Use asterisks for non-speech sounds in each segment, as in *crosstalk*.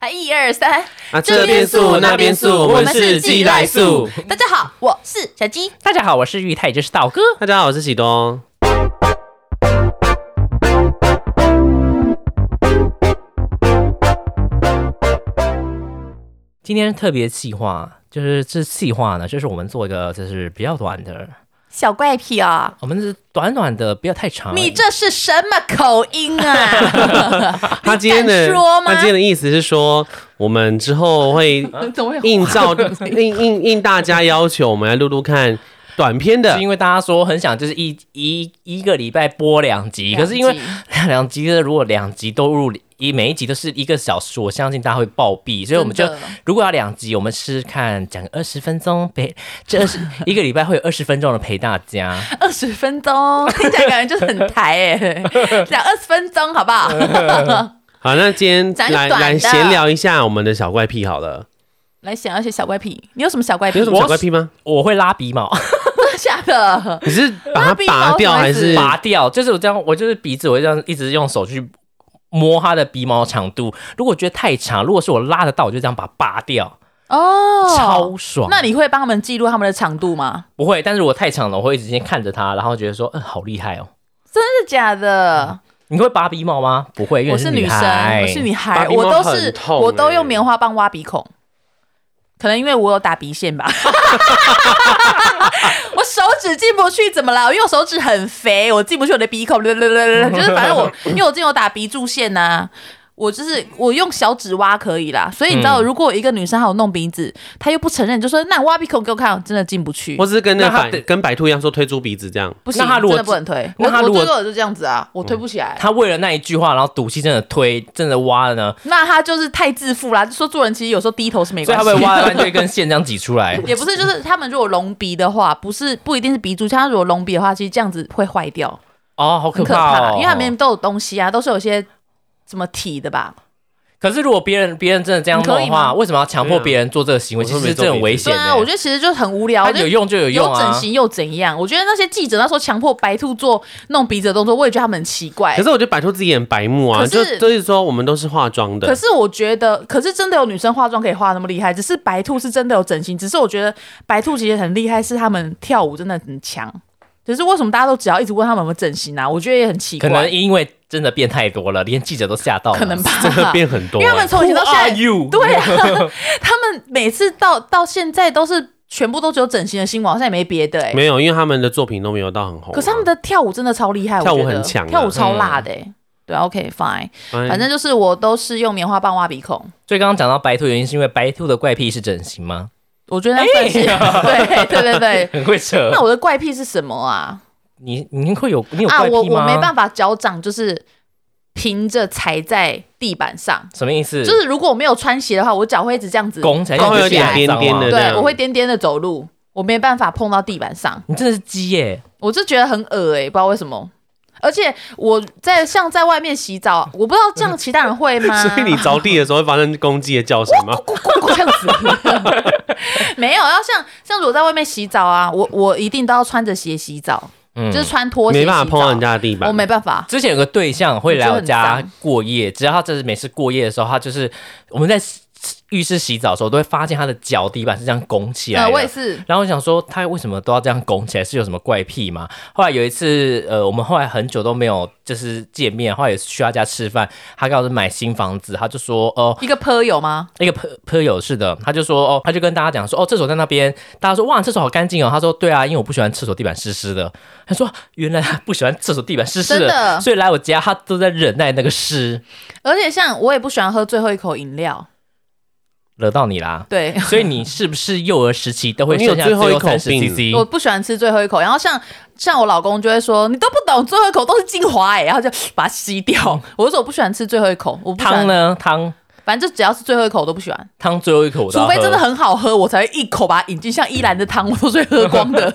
来哎一二三，啊，这这边边素素那那边边素素，我我们们是是寄寄来来素素。大家好，我是小鸡。大家好，我是玉泰，这是道哥。大家好，我是喜东。今天特别计划，就是这计划呢，就是我们做一个就是比较短的，小怪癖啊、我们是短短的，不要太长。你这是什么口音 *laughs* 啊？他今天的说吗他今天的意思是说，我们之后会怎么会应 *laughs* 照应应应大家要求，我们来录录看短片的是。因为大家说很想就是一一一个礼拜播两集，可是因为 *laughs* 两集的如果两集都入一每一集都是一个小时，我相信大家会暴毙，所以我们就真的如果要两集，我们试试看讲二十分钟陪这二十 *laughs* 一个礼拜会有二十分钟的陪大家。二十分 *laughs* 钟，听起来感觉就是很台哎、 *laughs* 讲二十分钟好不好？好，那今天讲一个来短的来闲聊一下我们的小怪癖好了。来想要些小怪癖，你有什么小怪你癖有什？么小怪癖吗？我会拉鼻毛。吓的，你是把它拉鼻毛拔掉还是？拔掉，就是我这样，我就是鼻子，我会这样一直用手去摸它的鼻毛长度。如果觉得太长，如果是我拉得到，我就这样把它拔掉，哦，超爽。那你会帮他们记录他们的长度吗？不会？但是我太长了，我会一直先看着它，然后觉得说，嗯，好厉害哦。真的假的？你会拔鼻毛吗？不会，因为我你是是女生，孩我是女拔孩，鼻毛我都很是痛我都欸用棉花棒挖鼻孔，可能因为我有打鼻线吧。 *laughs* 我手指进不去，怎么了？因为我手指很肥，我进不去我的鼻孔， *laughs* 就是反正我，因为我之前有打鼻柱线呐、啊我就是我用小指挖可以啦，所以你知道，嗯如果有一个女生还有弄鼻子，她又不承认，就说那你挖鼻孔给我看，真的进不去或，是跟那个那他白得跟白兔一样说推猪鼻子这样？不行，那她如真果的不能推。我那她我如果最嗯多也就这样子啊，我推不起来。他为了那一句话，然后赌气真的推，真的挖了呢，那他就是太自负啦，就说做人其实有时候低头是没所以关他系。被挖了，就会跟线这样挤出 *laughs* 来。也不是，就是他们如果隆鼻的话，不是不一定是鼻柱，像他如果隆鼻的话，其实这样子会坏掉，哦，好可很可怕怕，哦！因为他们都有东西啊，都是有些什么体的吧？可是如果别人别人真的这样你可弄以的吗嗯话，为什么要强迫别人做这个行为？我其说没实做这很鼻危子险对欸。啊，我觉得其实就很无聊。它我觉有得用就有用有啊。整形又怎样？我觉得那些记者那时候强迫白兔做弄鼻子的动作，我也觉得他们很奇怪可。是我觉得白兔自己很白目啊，哎可就是就是说我们都是化妆的 *laughs* 可。是我觉得，可是真的有女生化妆可以化得那么厉害，只是白兔是真的有整形，只是我觉得白兔其实很厉害，是他们跳舞真的很强。只是为什么大家都只要一直问他们有没有整形啊？我觉得也很奇怪，可能啊因为真的变太多了，连记者都吓到了。可能吧，真的变很多、因为他们欸，从以前到 Who 现 are 在， you？对啊， *laughs* 他们每次到到现在都是全部都只有整形的新闻，好像也没别的哎、欸没有，因为他们的作品都没有到很红啊、可是他们的跳舞真的超厉害，我跳舞觉得很强啊嗯跳舞超辣的哎、对，OK fine，哎反正就是我都是用棉花棒挖鼻孔，所以刚刚讲到白兔，原因是因为白兔的怪癖是整形吗？我觉得那哎算是、 *laughs* 对对对对。很会扯那我的怪癖是什么啊？你你会有你有啊，怪癖吗？我我没办法，脚掌就是平着踩在地板上，什么意思？就是如果我没有穿鞋的话，我脚会一直这样子，拱起来，它会有就变点脏啊颠颠的这对样我会颠颠的走路，我没办法碰到地板上。你真的是鸡耶！我就觉得很恶哎、不知道为什么。而且我在像在外面洗澡，我不知道这样其他人会吗？ *laughs* 所以你着地的时候会发生公鸡的叫声 *laughs* 吗？咕咕咕这样子，没有要像像如果在外面洗澡啊，我我一定都要穿着鞋洗澡，嗯就是穿拖鞋没洗办法澡。碰到人家的地板，我没办法。之前有个对象会来你我觉得家很过夜，只要他这是每次过夜的时候，他就是我们在浴室洗澡的时候，都会发现他的脚底板是这样拱起来呃，的。我也是，然后我想说，他为什么都要这样拱起来？是有什么怪癖吗？后来有一次，呃，我们后来很久都没有就是见面，后来也是去他家吃饭，他刚好是买新房子，他就说，哦、一个坡友吗？一个朋朋友是的，他就说，哦，他就跟大家讲说，哦，厕所在那边，大家说，哇，厕所好干净哦。他说，对啊，因为我不喜欢厕所地板湿湿的。他说，原来他不喜欢厕所地板湿湿真的所以来我家他都在忍耐那个湿，而且像我也不喜欢喝最后一口饮料，惹到你啦。对。嗯所以你是不是幼儿时期都会你有剩下最后一口三十病 CC？我不喜欢吃最后一口，然后像像我老公就会说你都不懂最后一口都是精华哎、然后就把它吸嗯掉。我就说我不喜欢吃最后一口，我不喜欢汤呢？汤反正就只要是最后一口我都不喜欢，汤最后一口我都要除喝，非真的很好喝，我才会一口把它饮进。像依兰的汤，我都是会喝光的。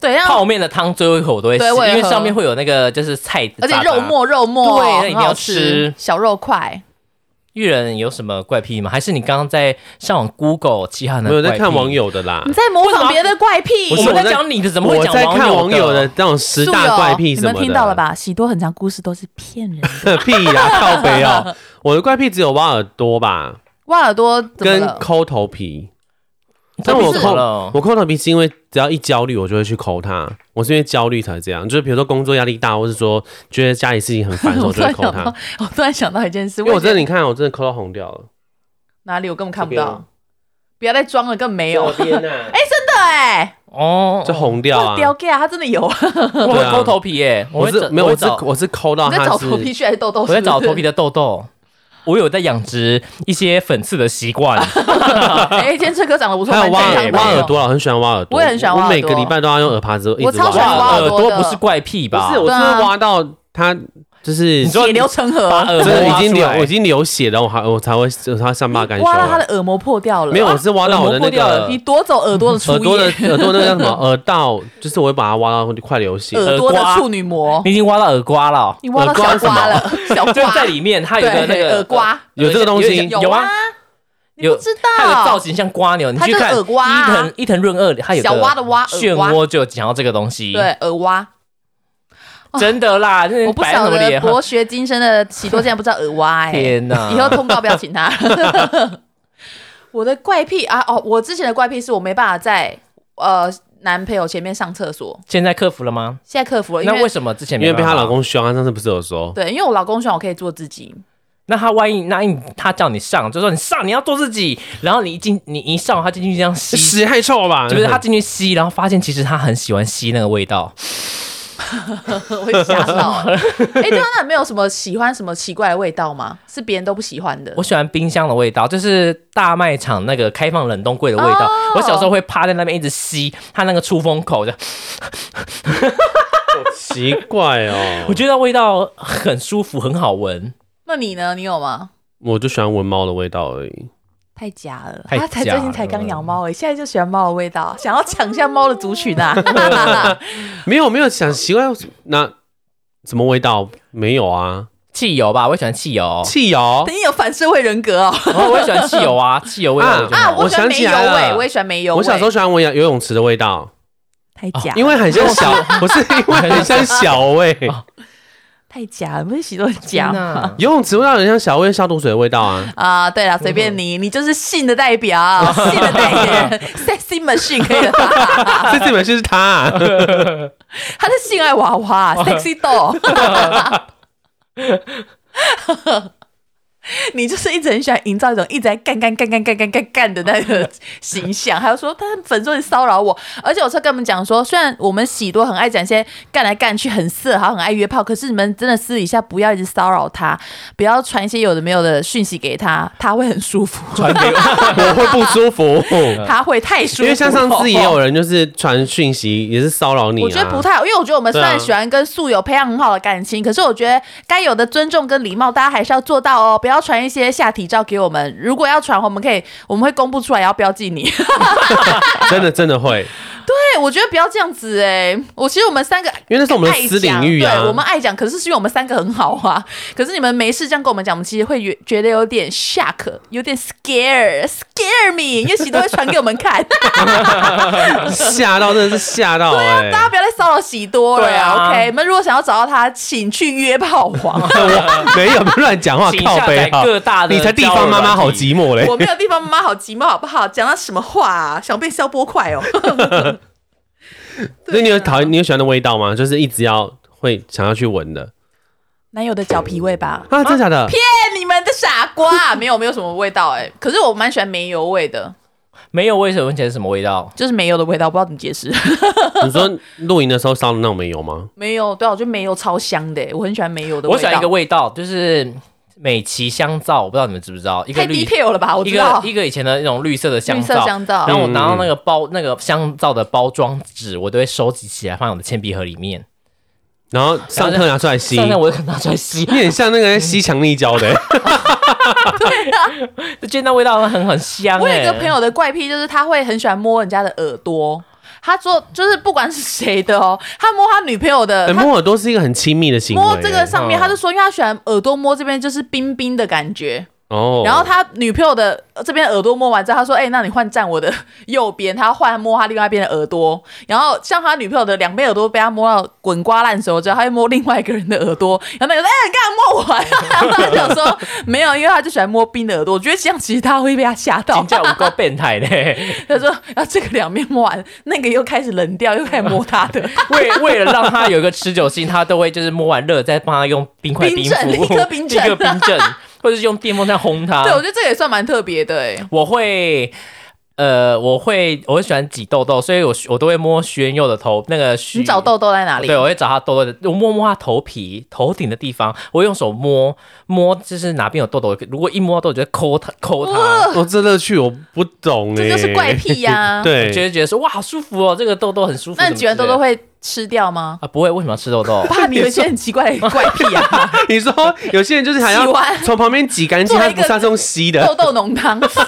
对，然后泡面的汤最后一口我都会吃，对我也因为喝上面会有那个就是菜，而且啊肉。末肉末对那很一定好要吃吃，小肉块。玉人有什么怪癖吗？还是你刚刚在上网 Google 其他人的没有在怪癖看网？友的啦你。在模仿别的怪癖？啊不我是们我在在讲你的，怎么会我讲在看网友的的？那种十素大友怪癖哦你什么们 *laughs* 的， *laughs* 听到了？吧？喜多很长故事都是骗人的。屁呀，靠北哦！我的怪癖只有挖耳朵吧，挖耳朵怎么跟了？抠头皮。但但我我扣抠了，我抠头皮是因为只要一焦虑，我就会去抠它。我是因为焦虑才这样，就是比如说工作压力大，或是说觉得家里事情 *laughs* 很烦的时候，我我突就会然抠想它到。，我突然想到一件事，因为我真以的，前你看，啊我真的抠到红掉了。哪里我根本看不这边到，不要再装了，根本没有。真 *laughs* 天哪！的哎，哦，就红掉我啊！掉 gay 啊，他真的有啊！我对会啊抠头皮耶，我会是找没有，我我会是找我是抠到你在它找哦是头皮屑还是痘痘？我在找头皮的。的痘痘，我有在养殖一些粉刺的 *laughs* 习惯， *laughs* 哎，今天这科长得不错，还蛮有挖健康耳的挖耳。朵啊，我很喜欢挖耳朵。我也很喜欢挖耳朵我每个礼拜都要用耳耙子一直挖。我超喜欢挖哇，耳耳朵的朵不是怪癖不吧？是，我对是啊挖到它就是你说血流成河把啊，耳真朵的已挖经出流来，我已经流血了，我还我才会我才会上巴干休。挖到他的耳膜破掉了。没有，我是挖到我的那耳膜破掉嗯个了你夺走耳朵的初耳朵的夜，耳朵那个叫什么 *laughs* 耳道，就是我会把它挖到快流血。耳朵耳的刮处女膜，你已经挖到耳刮了哦，你挖到小瓜了， *laughs* 小就瓜在里面，它有一个那对个耳刮，有这个东西有啊，你不知它有个造道？型像瓜牛，你它去就是看耳刮伊啊藤伊藤润二，它有个小蛙的蛙漩耳蛙涡就有讲到这个东西，对，，耳挖。真的啦，真 *laughs* 我的不白那晓么得脸，博学精深的喜多竟然不知道耳挖哎、 *laughs* 天 *laughs* 哪，以后通告不要请他。 *laughs* 我的怪癖啊，哦，我之前的怪癖是我没办法在呃男朋友前面上厕所，现在克服了吗？现在克服了，因那为为什么之前因没为被办她法老？公凶，她上次不是有说，对，因为我老公希望我可以做自己，那他万一那一他叫你上，就说你上你要做自己，然后你一进你一上他进去这样 *laughs* 吸，屎太臭了吧？就是 *laughs* 他进去吸，然后发现其实他很喜欢吸那个味道，嗯我 *laughs* 会吓到、欸。哎、对啊，那没有什么喜欢什么奇怪的味道吗？是别人都不喜欢的我。喜欢冰箱的味道，就是大卖场那个开放冷冻柜的味道。哦我小时候会趴在那边一直吸它那个出风口的，奇怪哦我。觉得味道很舒服，很好闻。那你呢？你有吗？我就喜欢闻猫的味道而已。太假了，太他才假最近才刚了养猫而已，现在就喜欢猫的味道，想要抢一下猫的族群 *laughs* 啊！没有没有想奇怪，那什么味道？没有啊，汽油吧，我也喜欢 *laughs* 汽油，汽哦油。你有反社会人格哦。然后我也喜欢汽油啊，汽油味道我 *laughs* 就啊，好我我喜欢想煤起油来了味，我也喜欢煤油味。我小时候喜欢闻游泳池的味道，太假，因为很像 *laughs* 小，不是因为很像小味，哦太假了，不是洗都很假吗？呐，游泳池味道很像小味消毒水的味 *laughs* 道啊。啊，对了，随便嗯你，你就是性的代表，性的代言 *laughs* 人，sexy machine 可以了吧？这这本就是他、啊他是性爱娃娃，sexy doll。你就是一直很喜欢营造一种一直在干干干干干干干干的那个形象，还有说他很粉碎骚扰我，而且我是跟他们讲说，虽然我们喜多很爱讲一些干来干去很色，好像很爱约炮，可是你们真的私底下不要一直骚扰他，不要传一些有的没有的讯息给他，他会很舒服，传给 *laughs* 我会不舒 *laughs* 服。他会太舒服。因为像上次也有人就是传讯息，也是骚扰你、啊。我觉得不太好，因为我觉得我们虽然对啊喜欢跟宿友培养很好的感情，可是我觉得该有的尊重跟礼貌，大家还是要做到哦，不要传一些下体照给我们。如果要传，我们可以，我们会公布出来，也要标记你。真的真的会，对，我觉得不要这样子哎、我其实我们三个因为那是我们的私领域爱啊。讲对，我们爱讲，可是是因为我们三个很好啊。可是你们没事这样跟我们讲，我们其实会觉觉得有点 shock，有点 scare scare me，因为喜多会传给我们看，吓到，真的是吓到哎、大家不要再骚扰喜多了。对啊 OK，你们如果想要找到他，请去约炮王。我没有乱讲 *laughs* 话，请靠下背载啊！各大的，你才地方妈妈好。寂寞嘞。我没有地方妈妈好寂寞，好不好？讲到什么话啊？想变消波块哦。所以你有啊讨厌，你有喜欢的味道吗？就是一直要会想要去闻的 *laughs* 男友的脚皮味 *laughs* 吧？啊？真的假的？骗哎你们的傻瓜！啊没有，没有什么味道哎、可是我蛮喜欢煤油味的， *laughs* 没有味什么闻起来是什么味道？就是煤油的味道，我不知道怎么解释。 *laughs* *laughs* 你说露营的时候烧的那种没有吗？没有，对啊、我觉得煤油超香的、哎我很喜欢煤油的味我道。喜欢一个味道，就是美琪香皂，我不知道你们知不知道，一个太绿 detail 了吧？我一知道个，一个以前的那种绿色的香绿色皂，香皂然后我拿到那个包那个香皂的包装纸，我都会收集起来放在我的铅笔盒里面。然后上课拿出来吸，现 *laughs* 在你我就拿出来吸，很像那个在吸强力胶的、*laughs* 欸嗯就觉得那味道很很香、欸。我有一个朋友的怪癖，就是他会很喜欢摸人家的耳朵。他说，就是不管是谁的哦， *laughs* 他摸他女朋友的，欸他摸耳朵是一个很亲密的行为、欸摸这个上面，欸嗯他就说，因为他喜欢耳朵摸这边就是冰冰的感觉，哦，然后他女朋友的呃这边耳朵摸完之后，他说：“哎、那你换站我的右边。”他换摸他另外一边的耳朵，然后像他女朋友的两边耳朵被他摸到滚瓜烂熟之后，他又摸另外一个人的耳朵，然后那个人说：“ *laughs* 哎、你干嘛摸我啊？”然后他就想说：“没有，因为他就喜欢摸冰的耳朵。”我觉得这样其实他会被他吓到评。价有够变态嘞！他说：“然后这个两面摸完，那个又开始冷掉，又开始摸他的 *laughs* 啊为 *laughs* 为了让他有一个持久性，他都会就是摸完热再帮他用冰块冰冰镇敷，一颗冰镇一颗冰 *laughs* 镇，或者是用电风扇轰他。对，我觉得这个也算蛮特别的哎、我会。呃，我会，我会喜欢挤痘痘，所以我我都会摸徐元佑的头，那个徐你找痘痘在哪里？对，我会找他痘痘的，我摸摸他头皮、头顶的地方，我用手摸摸，就是哪边有痘痘。如果一摸到痘，我就会抠他、抠他，哦，这乐趣我不懂哎、呃这就是怪癖啊呀对，就会觉得说哇，好舒服哦，这个痘痘很舒服。那你什么觉得之痘类的痘会吃掉吗？？啊？不会，为什么要吃痘痘 *laughs* 爸，你有一些很奇怪的怪癖啊。” *laughs* 你说有些人就是还洗要完从旁边挤干净，做他一个不是他是用吸豆的，豆浓汤， *laughs*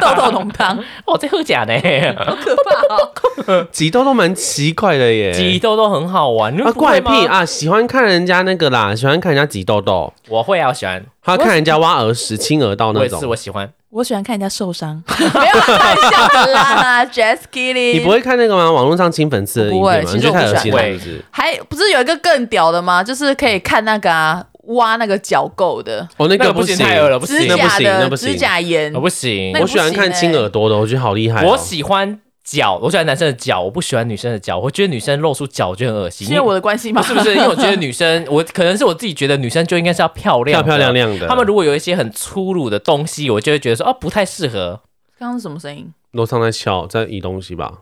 豆豆浓汤，哦，这喝假呢，好可怕哦！挤痘痘蛮奇怪的耶。挤痘痘很好玩，你们啊，不怪会吗癖！啊，喜欢看人家那个啦，喜欢看人家挤痘痘，我会啊，我喜欢，还有看人家挖耳屎、亲耳道我哦那也是，种。我喜欢。我喜欢看人家受伤， *laughs* 没有开玩笑的啦，just kidding。你不会看那个吗？网络上亲粉刺的影片我不吗？会你觉得太恶其心实我了，是不喜欢不是？还不是有一个更屌的吗？就是可以看那个啊，挖那个脚垢的哦，那那个个不不行行，太恶了，不指行，那不甲行那的不行指甲炎我，不行那，个不我喜行欢看亲耳朵的，我觉得好厉害哦。我喜欢脚，我喜欢男生的脚，我不喜欢女生的脚，我觉得女生露出脚就很恶心。是因为我的关系吗？不是不是，因为我觉得女生，我可能是我自己觉得女生就应该是要漂亮漂漂的，亮亮的。她们如果有一些很粗鲁的东西，我就会觉得说哦不太 *laughs* 适合。 *laughs* 刚刚是什么声音？楼上在敲，在移东西吧，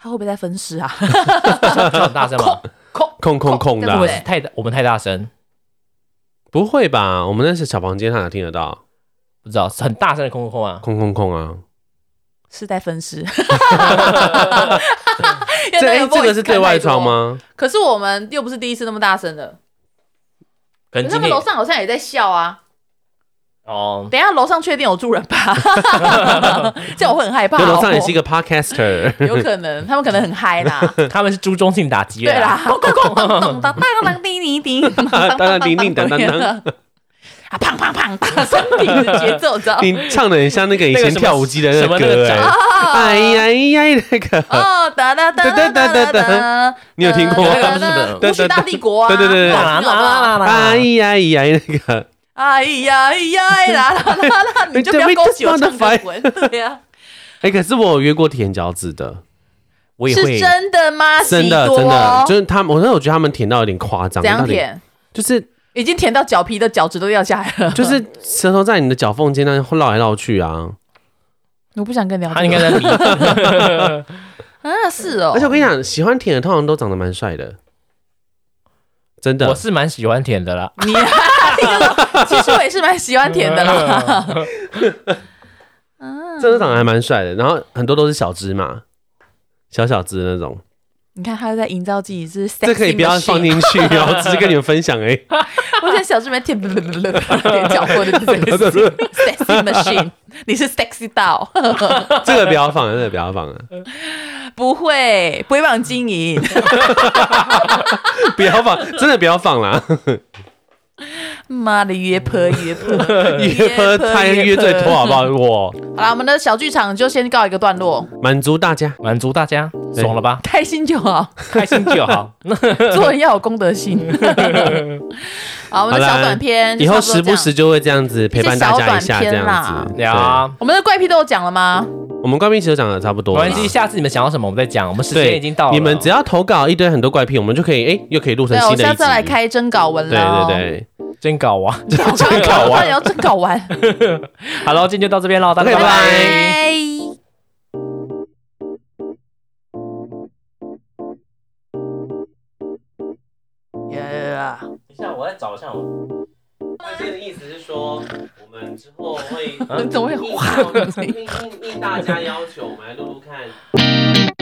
他会不会在分 *laughs* 尸啊？这很大声吗？空空空的对我不啊对们，是太大，我们太大声，不会吧？我们那是小房间，他哪听得到？不知道很大声的空空啊。空空空啊！是在分尸。这 *laughs* 哎，因为那这个是 voice 对外窗看太多？吗？可是我们又不是第一次那么大声的，可可是能他今们天楼上好像也在笑啊。哦，等一下，楼上确定有住人吧？这样我会很害怕、那哦。楼上也是一个 podcaster，有可能，他们可能很嗨啦。他们是朱中性打击对了 *laughs* 啦，咚咚咚咚咚当当叮叮叮，当当叮叮当当当啊，砰砰砰，大声点的节奏，知道？你唱的很像那个以那个前什么跳舞机的那什个么那个歌哎掌。 *laughs* 哎呀哎呀，那个哦，哒哒哒哒哒哒，不是大帝国啊？啦啦啦啦哎啦！呀哎呀，那个哎呀哎呀啦啦啦啦，你就不要勾起我唱歌魂，对呀。哎，可是我有约过舔脚趾的，我也是会，真的吗？真的真的，就是他们，我那时候觉得他们舔到有点夸张，怎样到底舔？就是已经舔到脚皮的脚趾都掉下来 *laughs* 了。就是舌头在你的脚缝间那绕来绕去啊。我不想跟你聊他应该在迷。啊，是哦而且我跟你讲，喜欢舔的通常都长得蛮帅的，真我的。是蛮喜欢舔的啦。 *laughs* 你 *laughs* 其实我也是蛮喜欢甜的嗯啦。 *laughs* 嗯真的长得还蛮帅的，然后很多都是小芝麻，小小只的那种，你看，他在营造自己是 sexy 这可以不要 machine 放。进去哦，只是跟你们分享而已。我现在小智没舔，舔脚过的 *laughs* sexy machine，你是 sexy 到 *laughs* 这个不要放，这个不要放啊，不会不会帮你经营。不要放，真的不要放啦，妈的，约婆约婆 *laughs* 约喝太约最多好不好？我好啦，我们的小剧场就先告一个段落，满足大家，满足大家，爽了 *laughs* 吧？开心就好，开心就好。 *laughs* 做人要有公德心。好，我们的好小啦短片就以后差多时这不样时就会这样子陪伴大家一下，一些小短这片啦样子。对聊，啊，我们的怪癖都有讲了吗？我们怪癖其实讲的差不没多了关。系，下次你们想要什么，我们再讲。我们时间对，已经到了，你们只要投稿一堆很多怪癖，我们就可以哎，又可以录成对，我新的一下集次。来开征稿文对了。对对，真搞啊！我刚 *laughs* 搞完刚也要征稿完，好了，今天就到这边了，大家 *laughs* 拜拜拜拜。拜。Yeah. 等一下，我再找一下哦我。关键的意思是说，我们之后啊会 *laughs* 你怎么会应应应应大家要求，我们来录录看。